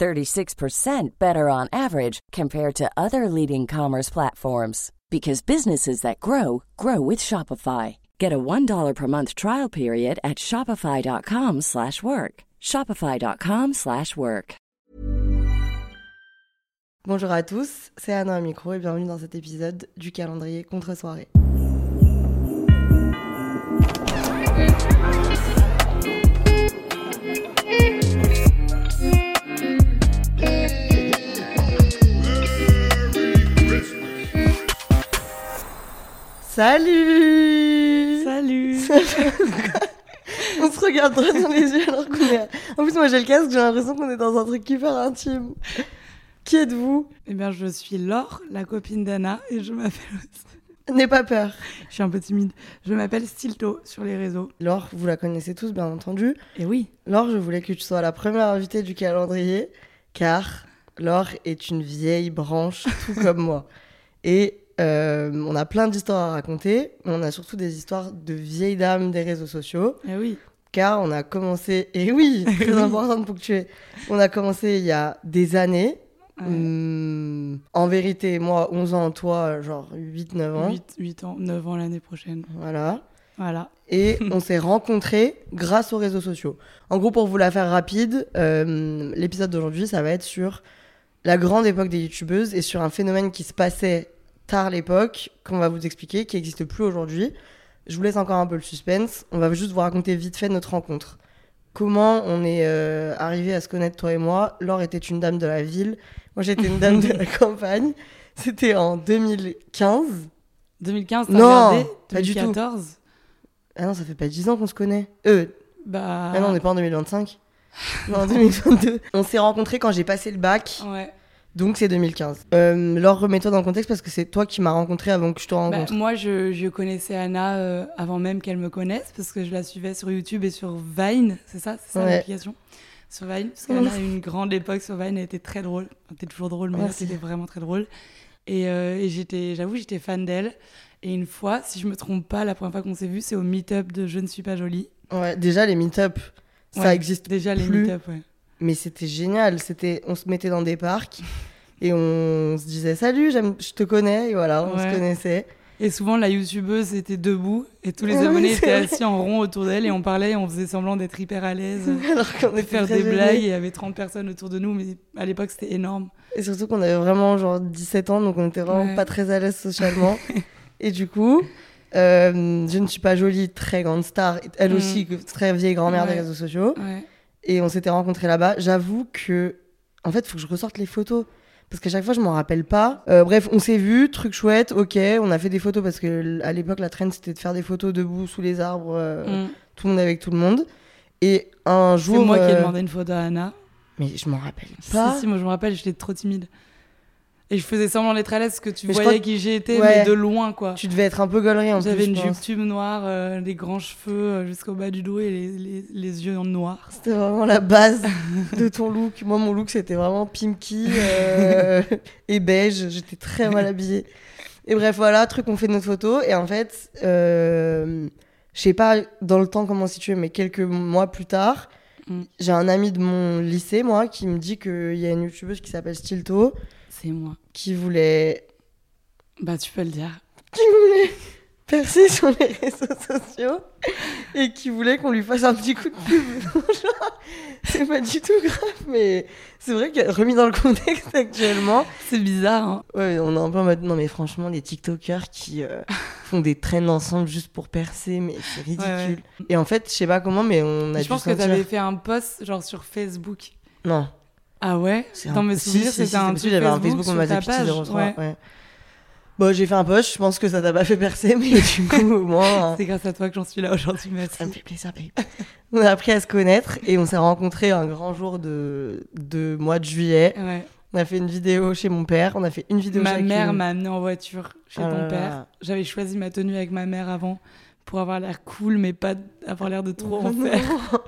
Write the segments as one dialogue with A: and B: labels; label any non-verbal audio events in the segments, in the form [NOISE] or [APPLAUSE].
A: 36% better on average compared to other leading commerce platforms because businesses that grow grow with Shopify. Get a $1 per month trial period at shopify.com/work. slash work. shopify.com/work. slash work.
B: Bonjour à tous, c'est Anna au micro et bienvenue dans cet épisode du calendrier contre-soirée. Salut
C: Salut
B: On se regarde droit dans les yeux alors qu'on est... à- En plus moi j'ai le casque, j'ai l'impression qu'on est dans un truc hyper intime. Qui êtes-vous
C: Eh bien, je suis Laure, la copine d'Anna, et je m'appelle...
B: N'aie pas peur.
C: Je suis un peu timide. Je m'appelle Stilto sur les réseaux.
B: Laure, vous la connaissez tous bien entendu.
C: Et oui,
B: Laure, je voulais que tu sois la première invitée du calendrier, car Laure est une vieille branche, tout comme moi. Et euh, on a plein d'histoires à raconter, mais on a surtout des histoires de vieilles dames des réseaux sociaux,
C: eh oui.
B: car on a commencé, et oui, très importante pour que tu aies, on a commencé il y a des années.
C: Ouais.
B: Hum, en vérité, moi, 11 ans, toi, genre 8-9 ans.
C: 8, ans, 9 ans l'année prochaine.
B: Voilà.
C: Voilà.
B: et on s'est rencontrés grâce aux réseaux sociaux. En gros, pour vous la faire rapide, euh, l'épisode d'aujourd'hui, ça va être sur la grande époque des youtubeuses et sur un phénomène qui se passait tard l'époque, qu'on va vous expliquer, qui n'existe plus aujourd'hui. Je vous laisse encore un peu le suspense. On va juste vous raconter vite fait notre rencontre. Comment on est euh, arrivé à se connaître, toi et moi. Laure était une dame de la ville. Moi, j'étais une dame de la [LAUGHS] campagne. C'était en 2015.
C: 2015, t'as
B: Non,
C: regardé
B: pas du tout.
C: 2014
B: Ah non, ça fait pas 10 ans qu'on se connaît. Euh,
C: Bah...
B: Ah non, on n'est pas en 2025. Non, en 2022. On s'est rencontrés quand j'ai passé le bac,
C: Ouais.
B: donc c'est 2015. Euh, Laure, remets-toi dans le contexte parce que c'est toi qui m'as rencontré avant que je te
C: Bah,
B: rencontre.
C: moi, je, je connaissais Anna euh, avant même qu'elle me connaisse, parce que je la suivais sur YouTube et sur Vine, c'est ça C'est ça
B: Ouais.
C: l'application Sur Vine, parce qu'Anna a eu une grande époque sur Vine, elle était très drôle. Enfin, t'es toujours drôle, mais là,
B: Merci.
C: c'était vraiment très drôle. Et, euh, et j'étais, j'avoue, j'étais fan d'elle. Et une fois, si je me trompe pas, la première fois qu'on s'est vu, c'est au meet-up de Je ne suis pas jolie.
B: Ouais, déjà, les meet-up, ça
C: Ouais,
B: existe.
C: Déjà, les
B: plus.
C: meet-up, ouais.
B: Mais c'était génial. C'était, On se mettait dans des parcs et on se disait Salut, j'aime- je te connais. Et voilà, on
C: Ouais.
B: se connaissait.
C: Et souvent, la youtubeuse était debout et tous les
B: Ouais,
C: abonnés
B: c'est
C: étaient
B: vrai.
C: assis en rond autour d'elle et on parlait et on faisait semblant d'être hyper
B: [LAUGHS]
C: à l'aise.
B: Alors qu'on
C: de
B: était
C: [LAUGHS] faire
B: très
C: des
B: gênés.
C: blagues et il y avait 30 personnes autour de nous, mais à l'époque c'était énorme.
B: Et surtout qu'on avait vraiment genre 17 ans, donc on était vraiment
C: Ouais.
B: pas très à l'aise
C: [LAUGHS]
B: socialement. et du coup, euh, je ne suis pas jolie, très grande star, elle
C: Mm.
B: aussi, que- très vieille grand-mère des
C: Ouais.
B: réseaux sociaux.
C: Ouais.
B: Et on s'était rencontrés là-bas. J'avoue que, en fait, il faut que je ressorte les photos. Parce qu'à chaque fois, je m'en rappelle pas. Euh, bref, on s'est vu, truc chouette, ok, on a fait des photos parce que l- à l'époque, la traîne, c'était de faire des photos debout sous les arbres, euh, tout le monde avec tout le monde. Et un
C: Mm. C'est
B: jour.
C: moi qui ai
B: euh,
C: demandé une photo à Anna.
B: Mais je m'en rappelle
C: Si,
B: pas.
C: si, moi je me rappelle, j'étais trop timide. Et je faisais semblant d'être à l'aise parce que tu
B: Mais je crois
C: voyais
B: que-
C: qui j'étais,
B: Ouais.
C: mais de loin quoi.
B: Tu devais être un peu gaulerie en plus.
C: J'avais
B: je
C: une
B: pense.
C: jupe tube noire, euh, des grands cheveux euh, jusqu'au bas du dos et les, les- les yeux en noir.
B: C'était vraiment la base de ton look. Moi, mon look, c'était vraiment pinky euh, et beige. J'étais très mal habillée. Et bref, voilà, truc, on fait de notre photo. Et en fait, euh, je sais pas dans le temps comment situer, mais quelques mois plus tard,
C: Mm.
B: j'ai un ami de mon lycée, moi, qui me dit qu'il y a une youtubeuse qui s'appelle Stilto,
C: C'est moi.
B: qui voulait,
C: Bah tu peux le dire.
B: qui voulait percer sur les réseaux sociaux et qui voulait qu'on lui fasse un petit coup de pub. [LAUGHS] Genre, c'est pas du tout grave, mais c'est vrai que remis dans le contexte actuellement,
C: C'est bizarre. hein.
B: ouais, on est un peu en mode non, mais franchement, les TikTokers qui euh, font des traînes ensemble juste pour percer, mais c'est ridicule.
C: Ouais, ouais.
B: Et en fait, je sais pas comment, mais on a
C: Je
B: dû
C: pense que
B: sentir-
C: t'avais fait un post genre sur Facebook.
B: Non,
C: Ah ouais
B: c'est
C: Dans
B: un-
C: mes
B: si,
C: souvenirs,
B: si, si,
C: c'était
B: c'est
C: un
B: possible,
C: truc
B: j'avais
C: Facebook,
B: on
C: sur
B: m'a
C: ta
B: dit
C: page.
B: 03,
C: ouais.
B: ouais. Bon, j'ai fait un post, je pense que ça t'a pas fait percer, mais du coup, au
C: [LAUGHS]
B: moins. hein.
C: C'est grâce à toi que j'en suis là aujourd'hui, merci.
B: Ça me fait plaisir, babe. [LAUGHS] on a appris à se connaître et on s'est rencontrés un grand jour de, de mois de juillet.
C: Ouais.
B: On a fait une vidéo chez mon père, on a fait une vidéo
C: Ma
B: chacune.
C: mère m'a amené en voiture chez
B: Ah là
C: ton
B: là.
C: père. J'avais choisi ma tenue avec ma mère avant pour avoir l'air cool, mais pas avoir l'air de
B: [LAUGHS]
C: trop en
B: Non.
C: faire.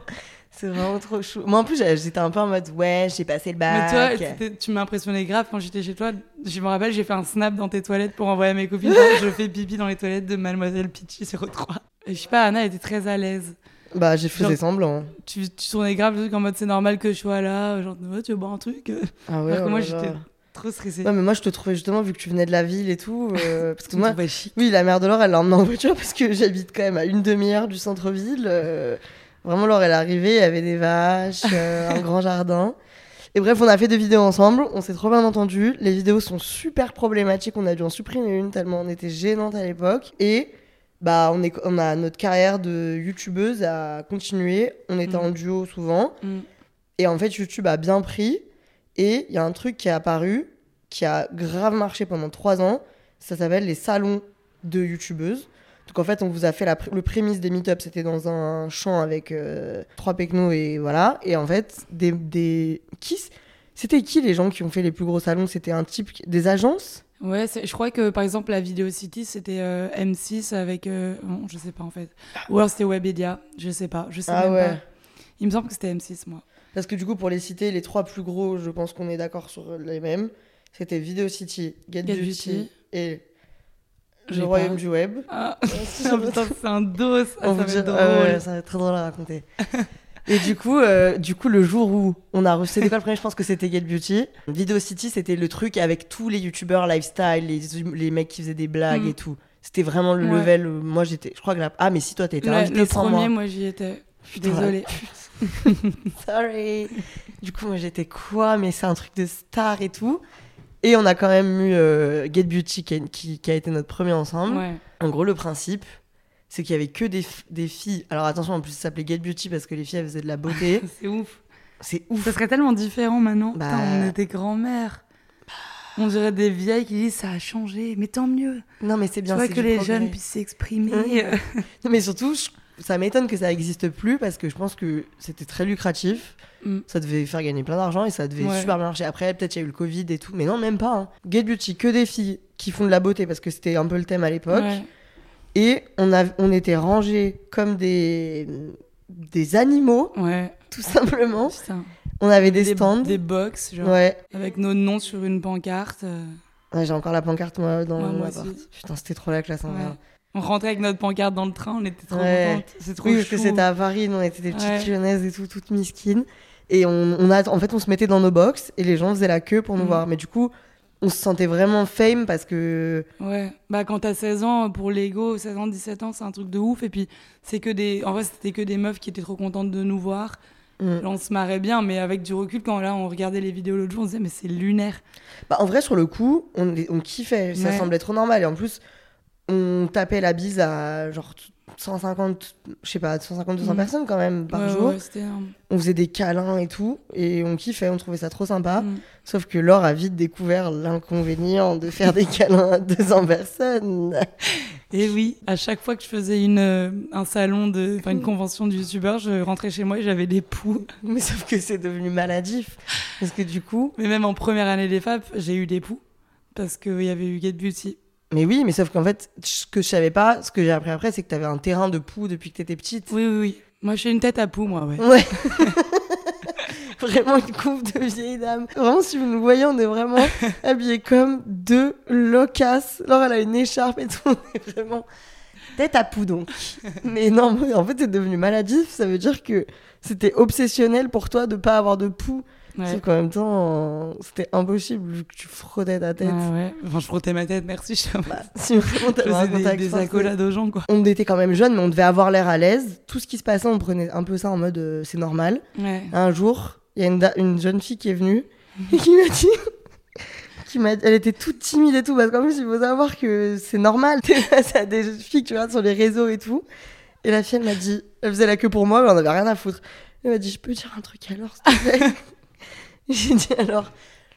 B: C'est vraiment trop chou. Moi, en plus, j'avais- j'étais un peu en mode, ouais, j'ai passé le
C: Mais
B: bac.
C: toi, t'étais- tu m'impressionnais grave quand j'étais chez toi. Je me rappelle, j'ai fait un snap dans tes toilettes pour envoyer à
B: [LAUGHS]
C: mes copines. Genre, je fais pipi dans les toilettes de Mademoiselle Pitchy 03. Et je sais pas, Anna était très à l'aise.
B: Bah, j'ai fait
C: Genre-
B: des semblants.
C: Tu, tu tournais grave le truc en mode c'est normal que je sois là. Genre, Ouais, tu veux boire un truc
B: Ah
C: Alors que
B: oh
C: moi,
B: là
C: j'étais
B: là.
C: trop stressée.
B: Ouais, mais moi, je te trouvais justement, vu que tu venais de la ville et tout. euh,
C: [LAUGHS]
B: parce que
C: Tu
B: moi,
C: me trouvais chic.
B: Oui, la mère de Laure, elle l'a emmenée en voiture parce que j'habite quand même à une demi-heure du centre-ville. Euh, vraiment, Laure, elle est arrivée, il y avait des vaches, euh, un grand jardin. Et bref, on a fait des vidéos ensemble, on s'est trop bien entendu. Les vidéos sont super problématiques, on a dû en supprimer une tellement on était gênante à l'époque. Et bah, on, est, on a notre carrière de youtubeuse à continuer. On était
C: Mhm.
B: en duo souvent.
C: Mm.
B: Et en fait, YouTube a bien pris. Et il y a un truc qui est apparu, qui a grave marché pendant trois ans. Ça s'appelle les salons de youtubeuses. Donc en fait, on vous a fait la pr- le prémisse des meet C'était dans un champ avec euh, trois pecnos et voilà. Et en fait, des. des... Qui c- C'était qui les gens qui ont fait les plus gros salons C'était un type. qui- Des agences
C: Ouais, c'est- je crois que par exemple la Vidéo City c'était euh, M6 avec. euh, non, je sais pas en fait. Ou alors c'était Webedia, je sais pas. Je sais
B: Ah
C: même
B: ouais.
C: pas. Il me semble que c'était M6 moi.
B: Parce que du coup, pour les citer, les trois plus gros, je pense qu'on est d'accord sur les mêmes. C'était Video City, Get,
C: Get
B: Beauty,
C: Beauty.
B: et
C: J'ai
B: Le
C: pas.
B: Royaume du
C: [LAUGHS]
B: Web.
C: Ah, ah, putain, c'est un dos, ah, ça
B: On
C: va
B: vous dit-
C: être drôle.
B: ah ouais, ça va être très drôle à raconter. Et du coup, euh, du coup, le jour où on a reçu, c'était pas le premier, je pense que c'était Get Beauty. Video City, c'était le truc avec tous les youtubeurs lifestyle, les, hum, les mecs qui faisaient des blagues
C: Mm.
B: et tout. C'était vraiment le
C: Ouais.
B: level. euh, Moi, j'étais. Je crois que la. Ah, mais si toi, t'étais
C: Le,
B: invité
C: le
B: sans
C: premier, moi,
B: moi.
C: j'y étais. Je suis
B: Putain, la
C: désolée.
B: Sorry. Du coup, moi, j'étais quoi Mais c'est un truc de star et tout. Et on a quand même eu euh, Get Beauty qui, qui- qui a été notre premier ensemble.
C: Ouais.
B: En gros, le principe, c'est qu'il y avait que des, f- des filles. Alors attention, en plus, ça s'appelait Get Beauty parce que les filles, elles faisaient de la beauté.
C: C'est ouf.
B: c'est ouf.
C: Ça serait tellement différent maintenant.
B: Bah.
C: Putain, on était grand-mères. On dirait des vieilles qui disent ça a changé, mais tant mieux.
B: [LAUGHS] Non, mais c'est
C: Tu
B: bien.
C: vois
B: c'est
C: que
B: du
C: les
B: progrès.
C: jeunes puissent s'exprimer.
B: Mmh. Non, mais surtout, je- ça m'étonne que ça n'existe plus parce que je pense que c'était très lucratif.
C: Mm.
B: Ça devait faire gagner plein d'argent et ça devait
C: Ouais.
B: super bien marcher. Après, peut-être il y a eu le Covid et tout. Mais non, même pas. hein. Get Beauty, que des filles qui font de la beauté parce que c'était un peu le thème à l'époque.
C: Ouais.
B: Et on, a, on était rangés comme des, des animaux,
C: ouais.
B: tout simplement.
C: Putain.
B: On avait des, stands.
C: Des box, genre.
B: Ouais.
C: Avec nos noms sur une pancarte. euh,
B: Ouais, j'ai encore la pancarte moi dans
C: Ouais,
B: mon
C: moi
B: appart.
C: aussi.
B: Putain, c'était trop la classe en
C: ouais.
B: vrai.
C: On rentrait avec notre pancarte dans le train, on était trop
B: Ouais.
C: contentes. C'est trop
B: Oui, parce
C: chou.
B: que c'était à Paris, nous, on était des petites
C: Ouais.
B: lyonnaises et tout, toutes miskines. Et on, on a, en fait, on se mettait dans nos box et les gens faisaient la queue pour nous
C: Mhm.
B: voir. Mais du coup, on se sentait vraiment fame parce que.
C: Ouais, bah quand t'as 16 ans, pour l'ego, 16 ans, 17 ans, c'est un truc de ouf. Et puis, c'est que des. En vrai, c'était que des meufs qui étaient trop contentes de nous voir.
B: Mm.
C: Là, on se marrait bien, mais avec du recul, quand là, on regardait les vidéos l'autre jour, on se disait, mais c'est lunaire.
B: Bah, en vrai, sur le coup, on, on kiffait. Ça
C: Ouais.
B: semblait trop normal. Et en plus, on tapait la bise à genre 150, je sais pas, 150, 200
C: Mhm.
B: personnes quand même par
C: Ouais,
B: jour.
C: ouais, c'était énorme.
B: On faisait des câlins et tout. Et on kiffait, on trouvait ça trop sympa.
C: Mm.
B: Sauf que Laure a vite découvert l'inconvénient de faire des câlins à 200 personnes.
C: Et oui, à chaque fois que je faisais une, euh, un salon, de, enfin une convention de youtubeur, je rentrais chez moi et j'avais des poux.
B: Mais sauf que c'est devenu maladif. Parce que du coup.
C: Mais même en première année des FAP, j'ai eu des poux. Parce qu'il y avait eu Get Beauty.
B: Mais oui, mais sauf qu'en fait, ce que je savais pas, ce que j'ai appris après, c'est que t'avais un terrain de poux depuis que t'étais petite.
C: Oui, oui, oui. Moi, j'ai une tête à poux, moi, ouais.
B: Ouais. [LAUGHS] vraiment une coupe de vieille dame. Vraiment, si vous nous voyez, on est
C: [LAUGHS]
B: vraiment habillés comme deux locasses. Laure, elle a une écharpe et tout. On est vraiment tête à poux, donc. Mais non, mais en fait, c'est devenu maladif. Ça veut dire que c'était obsessionnel pour toi de pas avoir de poux.
C: Ouais.
B: Sauf qu'en même temps, euh, c'était impossible vu que tu frottais ta tête.
C: Ah ouais. Enfin, je frottais ma tête, merci. Je,
B: Bah, [LAUGHS] si vraiment
C: je
B: t'avais un
C: faisais des,
B: contact
C: des
B: forcé.
C: accolades aux gens, quoi.
B: On était quand même jeunes, mais on devait avoir l'air à l'aise. Tout ce qui se passait, on prenait un peu ça en mode euh, c'est normal.
C: Ouais.
B: Un jour, il y a une, da- une jeune fille qui est venue et qui m'a dit. Qui m'a, elle était toute timide et tout, parce qu'en plus, il faut savoir que c'est normal. [LAUGHS] T'es face à des jeunes filles que tu regardes sur les réseaux et tout. Et la fille, elle m'a dit. Elle faisait la queue pour moi, mais on avait rien à foutre. Elle m'a dit Je peux dire un truc alors, s'il te plaît [LAUGHS] J'ai dit alors.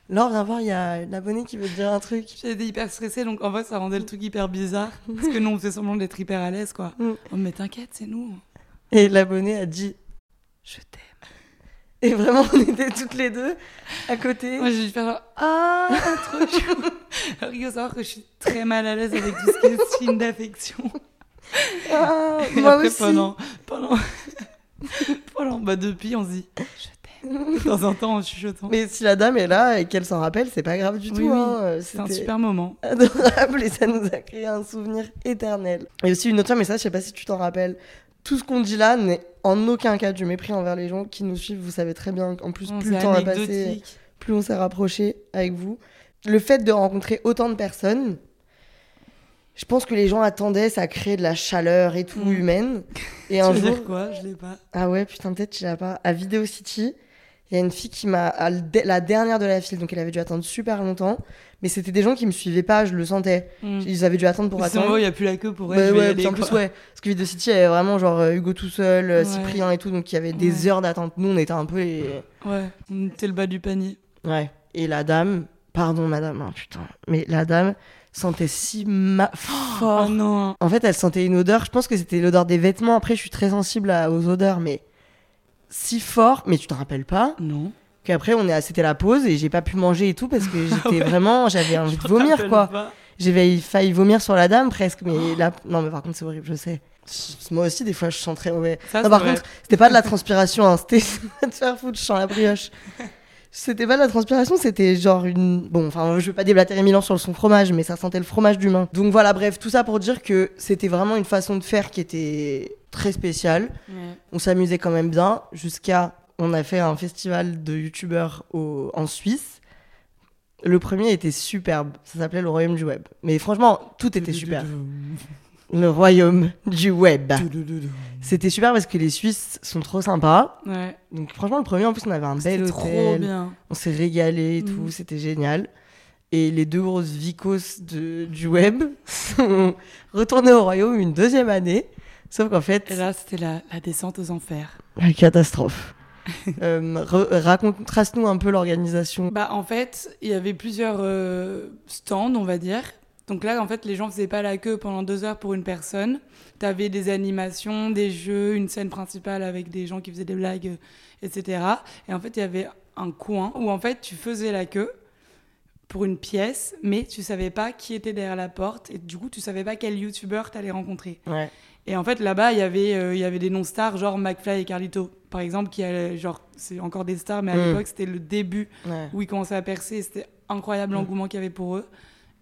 B: Laure, viens voir, il y a une abonnée qui veut te dire un truc.
C: J'étais hyper stressée, donc en vrai, ça rendait le truc hyper [LAUGHS] bizarre. Parce que nous, on faisait semblant d'être hyper à l'aise, quoi.
B: Mm.
C: Oh, mais t'inquiète, c'est nous.
B: Et l'abonné a dit
C: Je t'aime.
B: Et vraiment, [LAUGHS] on était toutes les deux à côté.
C: Moi, j'ai dû faire genre, ah, trop [LAUGHS] chou. Alors, il faut savoir que je suis très mal à l'aise avec tout ce qui est signe d'affection.
B: Ah,
C: Et
B: moi
C: après,
B: aussi.
C: Pendant, pendant, [LAUGHS] pendant, bah, depuis, on se dit, je t'aime. De temps en temps, en chuchotant.
B: Mais si la dame est là et qu'elle s'en rappelle, c'est pas grave du
C: Oui,
B: tout.
C: oui.
B: hein, euh,
C: C'est un
B: c'était-
C: super moment.
B: adorable et ça nous a créé un souvenir éternel. Et aussi une autre fois, mais ça, je sais pas si tu t'en rappelles. Tout ce qu'on dit là n'est en aucun cas du mépris envers les gens qui nous suivent. Vous savez très bien qu'en plus,
C: Bon,
B: plus
C: c'est
B: le temps a passé,
C: anecdotique.
B: plus on s'est rapproché avec vous. Le fait de rencontrer autant de personnes, je pense que les gens attendaient, ça crée de la chaleur et tout
C: Mm. [LAUGHS]
B: humaine. Et
C: Tu
B: un
C: veux
B: jour,
C: dire quoi Je l'ai pas.
B: ah ouais, putain, peut-être tu l'as pas. À Video City, il y a une fille qui m'a. à le- La dernière de la file, donc elle avait dû attendre super longtemps. Mais c'était des gens qui me suivaient pas, je le sentais.
C: Mm.
B: Ils avaient dû attendre pour
C: Ils se sont,
B: attendre.
C: oh, il n'y a plus la queue pour
B: Bah
C: elle. je vais y
B: ouais,
C: aller,
B: puis en plus,
C: quoi.
B: ouais. Parce que Video City, il y avait vraiment genre euh, Hugo tout seul, euh,
C: Ouais.
B: Cyprien et tout. Donc il y avait des
C: Ouais.
B: heures d'attente. Nous, on était un peu. les-
C: Ouais, on était le bas du panier.
B: Ouais. Et la dame, pardon madame, hein, putain. Mais la dame sentait si ma...
C: Oh,
B: fort.
C: non.
B: En fait, elle sentait une odeur. Je pense que c'était l'odeur des vêtements. Après, je suis très sensible à- aux odeurs, mais si fort. Mais tu te rappelles pas
C: Oh Non.
B: qu'après on est à- c'était la pause et j'ai pas pu manger et tout parce que j'étais
C: ouais.
B: vraiment j'avais envie de vomir quoi. J'ai failli- failli vomir sur la dame presque mais là non mais par contre c'est horrible, je sais. S- Moi aussi des fois je sens très mauvais.
C: Ça,
B: Non,
C: c'est
B: par
C: vrai.
B: contre, c'était pas de la transpiration hein, c'était [LAUGHS] de faire foutre, je sens la brioche. C'était pas de la transpiration, c'était genre une bon enfin je veux pas déblatérer Milan sur son fromage mais ça sentait le fromage d'humain. Donc voilà, bref, tout ça pour dire que c'était vraiment une façon de faire qui était très spéciale.
C: Ouais.
B: On s'amusait quand même bien jusqu'à. On a fait un festival de youtubeurs au- en Suisse. Le premier était superbe. Ça s'appelait le Royaume du Web. Mais franchement, tout était super. Le Royaume du Web. C'était super parce que les Suisses sont trop sympas.
C: Ouais.
B: Donc franchement, le premier, en plus, on avait un bel
C: C'était
B: hôtel.
C: trop bien.
B: On s'est régalé et tout.
C: Mhm.
B: C'était génial. Et les deux grosses vicos de- du Web [LAUGHS] sont retournées au Royaume une deuxième année. Sauf qu'en fait,
C: Et là, c'était la, la descente aux enfers.
B: La catastrophe. [LAUGHS] Euh, re- raconte, trace-nous un peu l'organisation.
C: Bah, en fait, il y avait plusieurs euh, stands, on va dire. Donc là, en fait, les gens faisaient pas la queue pendant deux heures pour une personne. T'avais des animations, des jeux, une scène principale avec des gens qui faisaient des blagues, euh, etc. Et en fait, il y avait un coin où, en fait, tu faisais la queue pour une pièce, mais tu savais pas qui était derrière la porte. Et du coup, tu savais pas quel youtubeur t'allais rencontrer.
B: Ouais.
C: Et en fait, là-bas, il y avait, euh, il y avait des non-stars, genre McFly et Carlito, par exemple, qui allaient, genre, c'est encore des stars, mais à
B: Mm.
C: l'époque, c'était le début où ils commençaient à percer. et C'était incroyable
B: Mm.
C: l'engouement qu'il y avait pour eux.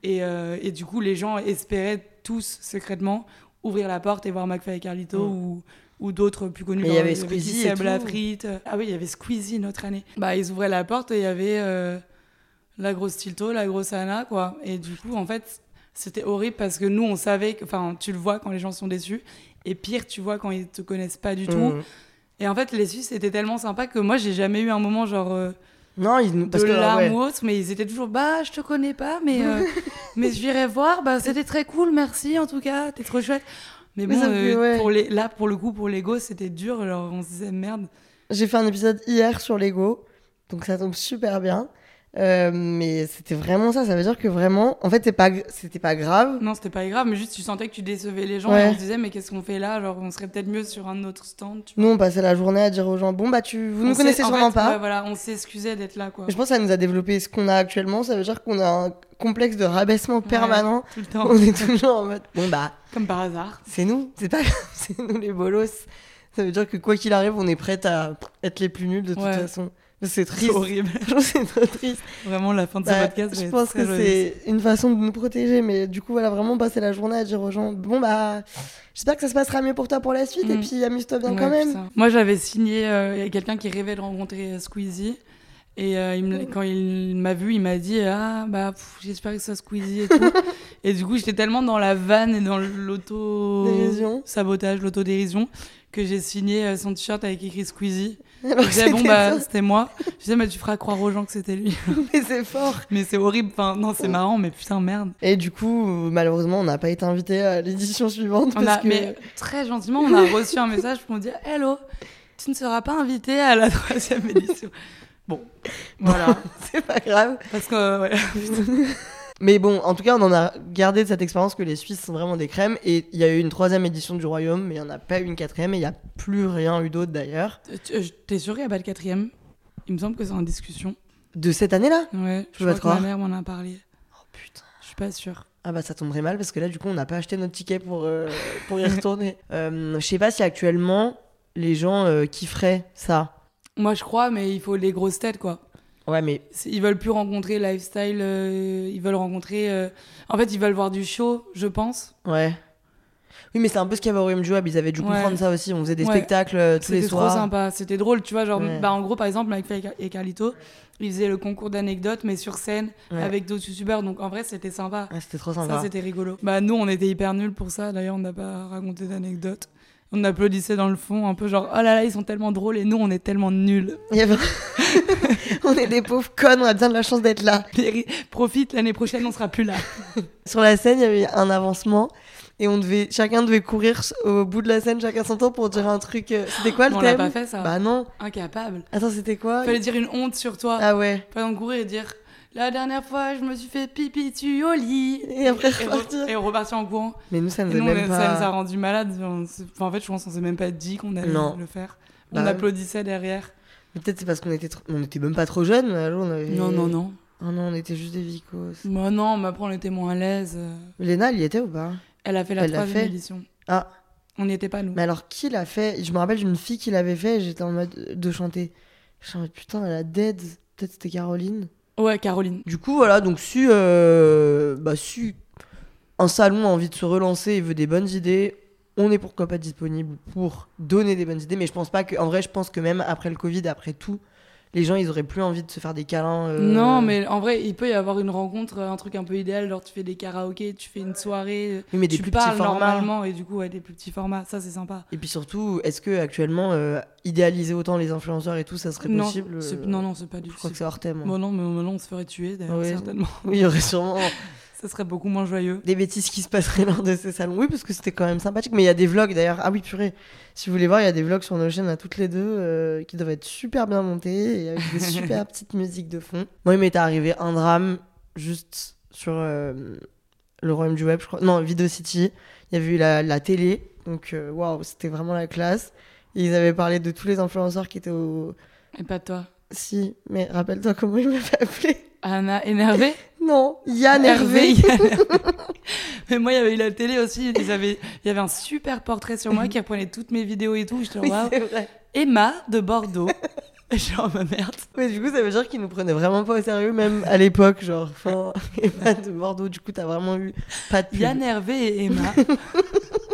C: Et, euh, et du coup, les gens espéraient tous, secrètement, ouvrir la porte et voir McFly et Carlito
B: Mm.
C: ou, ou d'autres plus connus.
B: Mais il y
C: genre,
B: avait Squeezie
C: qui,
B: et
C: Seb
B: tout.
C: Lafrite. Ah oui, il y avait Squeezie, notre année. Bah, ils ouvraient la porte et il y avait euh, la grosse Tilto, la grosse Anna, quoi. Et du coup, en fait, c'était horrible parce que nous, on savait, que- enfin, tu le vois quand les gens sont déçus. Et pire, tu vois quand ils te connaissent pas du tout.
B: Mmh.
C: Et en fait, les Suisses étaient tellement sympas que moi, j'ai jamais eu un moment genre euh,
B: Non, ils nous.
C: de
B: parce que,
C: larmes
B: ouais.
C: ou autre, mais ils étaient toujours bah je te connais pas, mais euh,
B: [LAUGHS]
C: mais je viendrai voir, bah c'était très cool, merci en tout cas, t'es trop chouette. Mais
B: Mais
C: bon,
B: ça me
C: euh,
B: fait- ouais.
C: pour les, là pour le coup pour les gosses c'était dur, alors on se disait merde.
B: J'ai fait un épisode hier sur l'ego, donc ça tombe super bien. Euh, mais c'était vraiment ça. Ça veut dire que vraiment, en fait, c'est pas, gr- c'était pas grave.
C: Non c'était pas grave, mais juste tu sentais que tu décevais les gens
B: Ouais.
C: et on se disait mais qu'est-ce qu'on fait là, genre on serait peut-être mieux sur un autre stand. Tu...
B: Nous, on passait la journée à dire aux gens, bon bah tu, vous nous
C: On
B: connaissez
C: s'est- en
B: sûrement
C: fait,
B: pas.
C: ouais, voilà, on s'excusait d'être là quoi.
B: Mais Je pense que ça nous a développé ce qu'on a actuellement. Ça veut dire qu'on a un complexe de rabaissement permanent.
C: Tout le
B: [LAUGHS]
C: temps,
B: On est toujours en mode, bon bah.
C: comme par hasard.
B: C'est nous, c'est pas [LAUGHS] c'est nous les bolos. Ça veut dire que quoi qu'il arrive, on est prête à être les plus nuls de toute
C: Ouais.
B: façon. C'est
C: C'est
B: triste. [LAUGHS]
C: horrible.
B: Franchement, c'est trop triste.
C: Vraiment la fin de ce
B: Bah,
C: podcast. va
B: je
C: être
B: pense
C: très
B: que
C: joyeuse.
B: c'est une façon de nous protéger, mais du coup, voilà, vraiment passer la journée à dire aux gens Bon, bah, j'espère que ça se passera mieux pour toi pour la suite, et
C: Mm.
B: puis amuse-toi bien
C: Ouais,
B: quand même.
C: putain. Moi, j'avais signé, euh, il y a quelqu'un qui rêvait de rencontrer euh, Squeezie. Et euh, il me- quand il m'a vu, il m'a dit Ah, bah, pff, j'espère que ça Squeezie et tout. et du coup, j'étais tellement dans la vanne et dans Oh.
B: Dérision.
C: l'auto-sabotage, l'autodérision, que j'ai signé euh, son t-shirt avec
B: [LAUGHS]
C: écrit Squeezie.
B: [LAUGHS] Alors
C: Je
B: que
C: disais Bon,
B: c'était
C: bah,
B: ça,
C: c'était moi. Je disais Mais tu feras croire aux gens que c'était lui.
B: mais c'est fort.
C: mais c'est horrible. Enfin, non, c'est marrant, mais putain, merde.
B: Et du coup, malheureusement, on n'a pas été invité à l'édition suivante.
C: On
B: parce
C: a-
B: que...
C: Mais très gentiment, on a reçu un message pour nous dire Hello, tu ne seras pas invité à la troisième édition. Bon, voilà.
B: [LAUGHS] c'est pas grave.
C: Parce que, euh, ouais.
B: Mais bon, en tout cas, on en a gardé de cette expérience que les Suisses sont vraiment des crèmes. Et il y a eu une troisième édition du Royaume, mais il n'y en a pas eu une quatrième, et il n'y a plus rien eu d'autre d'ailleurs.
C: Tu- euh, T'es sûr qu'il n'y a pas de quatrième Il me semble que c'est en discussion.
B: De cette année-là
C: Ouais, je
B: peux pas
C: crois que
B: croire.
C: ma mère m'en a parlé.
B: Oh putain.
C: Je suis pas sûre.
B: Ah bah ça tomberait mal parce que là du coup on n'a pas acheté notre ticket pour, euh, pour y
C: [LAUGHS]
B: retourner. Euh, je sais pas si actuellement les gens euh, kifferaient ça.
C: Moi, je crois, mais il faut les grosses têtes, quoi.
B: Ouais mais
C: C'est- Ils veulent plus rencontrer lifestyle, euh, ils veulent rencontrer. euh, En fait, ils veulent voir du show, je pense.
B: ouais. Oui mais c'est un peu ce qu'il y avait au Royaume du Web, ils avaient dû
C: Ouais.
B: comprendre ça aussi, on faisait des
C: Ouais.
B: spectacles euh, tous les
C: C'était trop
B: soirs.
C: sympa, c'était drôle, tu vois. Genre,
B: Ouais.
C: bah, en gros, par exemple, avec Faye et Carlito, ils faisaient le concours d'anecdotes, mais sur scène,
B: Ouais. Ah,
C: avec d'autres youtubeurs. Donc, en vrai, c'était sympa.
B: Ouais, c'était trop
C: Ça,
B: sympa.
C: c'était rigolo. Bah, nous, on était hyper nuls pour ça. D'ailleurs, on n'a pas raconté d'anecdotes. On applaudissait dans le fond, un peu genre, oh là là, ils sont tellement drôles et nous, on est tellement nuls.
B: Il y avait- [LAUGHS] on est des pauvres connes, on a bien de la chance d'être là.
C: Péri- Profite, l'année prochaine, on sera plus là.
B: Sur la scène il y avait un avancement et on devait chacun devait courir au bout de la scène chacun son temps pour dire un truc. euh, C'était quoi le
C: on l'a
B: thème
C: pas fait, ça.
B: Bah non.
C: Incapable.
B: Attends c'était quoi
C: Fallait dire une honte sur toi.
B: Ah ouais.
C: Pas donc courir et dire La dernière fois, je me suis fait pipi dessus au lit.
B: Et après
C: Et,
B: repartir.
C: re- et repartir en courant.
B: Mais nous ça
C: Et
B: nous a
C: nous, on est-
B: même
C: ça
B: pas.
C: nous a rendu malade. en fait, je pense qu'on s'est même pas dit qu'on allait
B: Non.
C: le faire.
B: Bah
C: on
B: ouais.
C: applaudissait derrière.
B: Mais Peut-être c'est parce qu'on était, trop- on était même pas trop jeunes. mais alors on avait-
C: Non, non, non.
B: Ah non, on était juste des vicos.
C: Moi, non, mais après, on était moins à l'aise. euh.
B: Léna, elle y était ou pas
C: Elle a fait la
B: Elle l'a
C: troisième
B: fait. Bah-
C: édition.
B: Ah,
C: On n'y était pas, nous.
B: mais alors qui l'a fait Je me rappelle d'une fille qui l'avait fait et j'étais en mode euh, de chanter. J'étais en mode putain, elle a dead. Peut-être c'était Caroline.
C: Ouais, Caroline.
B: Du coup, voilà, donc si, euh, bah, si un salon a envie de se relancer et veut des bonnes idées, on est pourquoi pas disponible pour donner des bonnes idées. Mais je pense pas que, en vrai, je pense que même après le Covid, après tout, les gens ils auraient plus envie de se faire des câlins. euh,
C: Non, mais en vrai, il peut y avoir une rencontre, euh, un truc un peu idéal. Genre, tu fais des karaokés, tu fais une soirée. euh,
B: Oui, mais des
C: tu
B: plus petits
C: parles
B: formats.
C: normalement. Et du coup, ouais, des plus petits formats. Ça, c'est sympa.
B: Et puis surtout, est-ce que actuellement euh, idéaliser autant les influenceurs et tout, ça serait
C: Non,
B: possible
C: c'est-
B: euh,
C: non, non, c'est pas du
B: Je
C: tout.
B: crois que c'est hors thème.
C: Bon, non, mais maintenant on se ferait tuer, d'ailleurs,
B: Ouais.
C: certainement. [LAUGHS]
B: Oui, il y aurait sûrement
C: Ça serait beaucoup moins joyeux.
B: des bêtises qui se passeraient lors de ces salons. Oui, parce que c'était quand même sympathique. Mais il y a des vlogs d'ailleurs. Ah oui, purée. Si vous voulez voir, il y a des vlogs sur nos chaînes à toutes les deux euh, qui doivent être super bien montés et avec des super petites musiques de fond. Moi, il m'est arrivé un drame juste sur euh, le royaume du web, je crois. Non, Video City. Il y avait eu la, la télé. Donc, euh, waouh, c'était vraiment la classe. Ils avaient parlé de tous les influenceurs qui étaient au,
C: Et pas toi.
B: Si, mais rappelle-toi comment il m'avait appelé.
C: Anna [LAUGHS] énervée
B: Non, Yann Hervé.
C: Yann Ah, Hervé. [LAUGHS] Mais moi, il y avait eu la télé aussi. Ils avaient... Il y avait un super portrait sur moi qui reprenait toutes mes vidéos et tout. J'étais
B: Oui,
C: waouh.
B: c'est vrai.
C: Emma de Bordeaux. [LAUGHS] Genre, ma merde.
B: Mais du coup, ça veut dire qu'il nous prenait vraiment pas au sérieux, même à l'époque, genre. Enfin, [LAUGHS] et pas de Bordeaux, du coup, t'as vraiment eu pas de pub.
C: [LAUGHS] Yann Hervé et Emma.
B: [LAUGHS]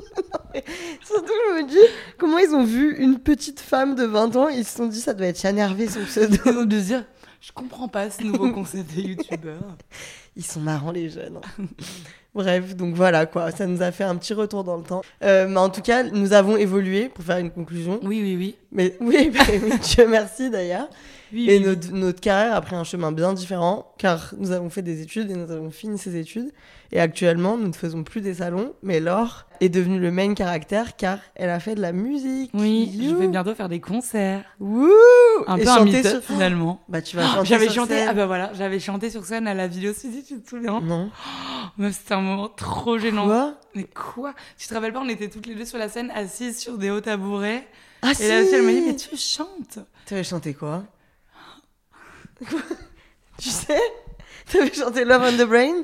B: Surtout, je me dis, comment ils ont vu une petite femme de 20 ans, ils se sont dit, ça doit être Yann Hervé, son
C: [LAUGHS]
B: pseudo.
C: Ils ont dû se dire Je comprends pas ce nouveau concept de youtubeur.
B: Ils sont marrants, les jeunes. hein. Bref, donc voilà, quoi. Ça nous a fait un petit retour dans le temps. Euh, mais en tout cas, nous avons évolué, pour faire une conclusion.
C: Oui, oui, oui.
B: Mais oui, [LAUGHS] bah oui, Dieu merci d'ailleurs.
C: Oui,
B: Et
C: oui, oui.
B: notre, notre carrière a pris un chemin bien différent, car nous avons fait des études et nous avons fini ces études. Et actuellement, nous ne faisons plus des salons, mais Laure est devenue le main caractère, car elle a fait de la musique.
C: Oui, je
B: Youhou
C: vais bientôt faire des concerts.
B: Wouh
C: Un
B: Et
C: peu un
B: chanter
C: mythe,
B: sur-
C: finalement.
B: Bah, tu vas
C: Oh,
B: chanter.
C: J'avais
B: sur
C: chanté,
B: scène. Mm.
C: ah bah voilà, j'avais chanté sur scène à la vidéo Suzy, tu te souviens
B: Non.
C: Mais C'était un moment trop gênant.
B: Quoi
C: Mais quoi Tu te rappelles pas, on était toutes les deux sur la scène assises sur des hauts tabourets.
B: Ah,
C: Et la fille, elle m'a dit, mais tu chantes
B: T'avais chanté quoi [LAUGHS] Tu sais T'avais chanté Love on the Brain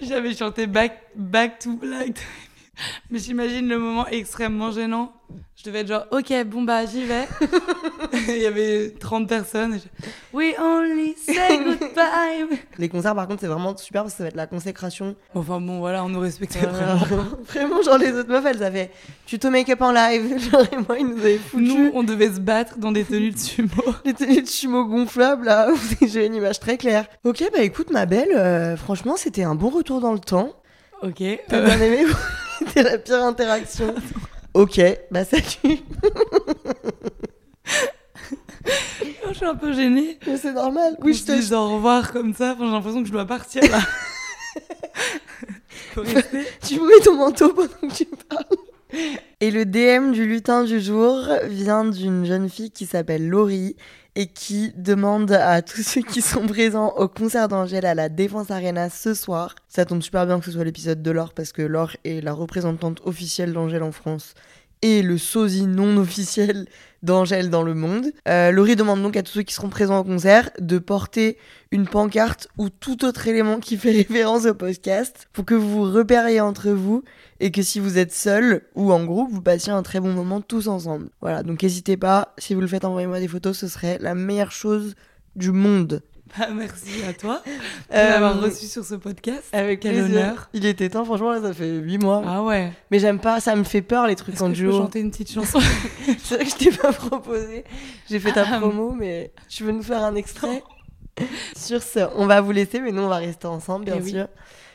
C: J'avais chanté Back, back to Black. [LAUGHS] Mais j'imagine le moment extrêmement gênant. Je devais être genre, ok, bon bah j'y [LAUGHS] vais. Il y avait 30 personnes. et je- We only say goodbye.
B: Les concerts, par contre, c'est vraiment super parce que ça va être la consécration
C: [LAUGHS] Enfin bon, voilà, on nous respectait
B: Vraiment.
C: vraiment.
B: Vraiment, genre les autres meufs, elles avaient tu te make-up en live. [LAUGHS] Genre, et moi, ils nous avaient foutu
C: Nous, on devait se battre dans des tenues de sumo.
B: les tenues de chumeau gonflables, là. [LAUGHS] où J'ai une image très claire. Ok, bah écoute, ma belle, euh, franchement, c'était un bon retour dans le temps.
C: Ok.
B: T'as
C: euh,
B: bien aimé [LAUGHS] C'était la pire
C: [LAUGHS]
B: interaction. Ok, bah salut. [LAUGHS]
C: oh, Je suis un peu gênée.
B: Mais c'est normal. Oui, je te.
C: dis au revoir comme ça. Enfin, j'ai l'impression que je dois partir là. [LAUGHS] Faut rester.
B: Tu mouilles ton manteau pendant que tu parles. Et le DM du lutin du jour vient d'une jeune fille qui s'appelle Laurie et qui demande à tous ceux qui sont présents au concert d'Angèle à la Défense Arena ce soir. Ça tombe super bien que ce soit l'épisode de Laure parce que Laure est la représentante officielle d'Angèle en France et le sosie non officiel d'Angèle dans le monde. Euh, Laurie demande donc à tous ceux qui seront présents au concert de porter une pancarte ou tout autre élément qui fait [LAUGHS] référence au podcast pour que vous vous repériez entre vous et que si vous êtes seul ou en groupe, vous passiez un très bon moment tous ensemble. Voilà, donc n'hésitez pas, si vous le faites, envoyez-moi des photos, ce serait la meilleure chose du monde.
C: Bah, merci à toi de
B: Euh,
C: m'avoir reçu sur ce podcast.
B: Avec
C: Quel honneur.
B: Il était temps, franchement, là, ça fait 8 mois.
C: Ah ouais.
B: Mais j'aime pas, ça me fait peur les trucs
C: Est-ce
B: en
C: que je peux
B: duo.
C: chanter une petite
B: [LAUGHS]
C: chanson
B: C'est vrai que je t'ai pas proposé. J'ai fait ta
C: Ah,
B: promo, mais tu veux nous faire un extrait [LAUGHS] Sur ce, on va vous laisser, mais nous, on va rester ensemble, bien
C: Eh oui.
B: sûr.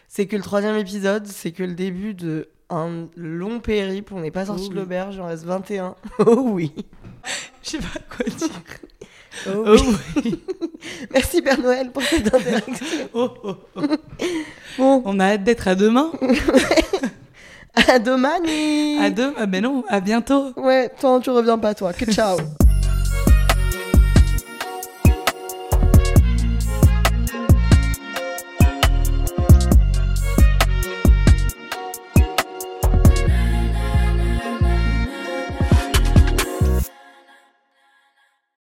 B: C'est que le troisième épisode, c'est que le début de un long périple. On n'est pas sorti
C: Oh
B: de
C: oui.
B: l'auberge, il en reste
C: [LAUGHS]
B: 21. Oh oui
C: Je sais pas quoi dire.
B: Oh
C: Oh
B: oui. Merci Père Noël pour cette
C: [LAUGHS]
B: interaction.
C: Oh, oh, oh.
B: Bon,
C: On a hâte d'être à demain.
B: à demain, Nid.
C: À demain. Ah ben non, à bientôt. [LAUGHS]
B: Ouais, toi, tu reviens pas, toi. Que ciao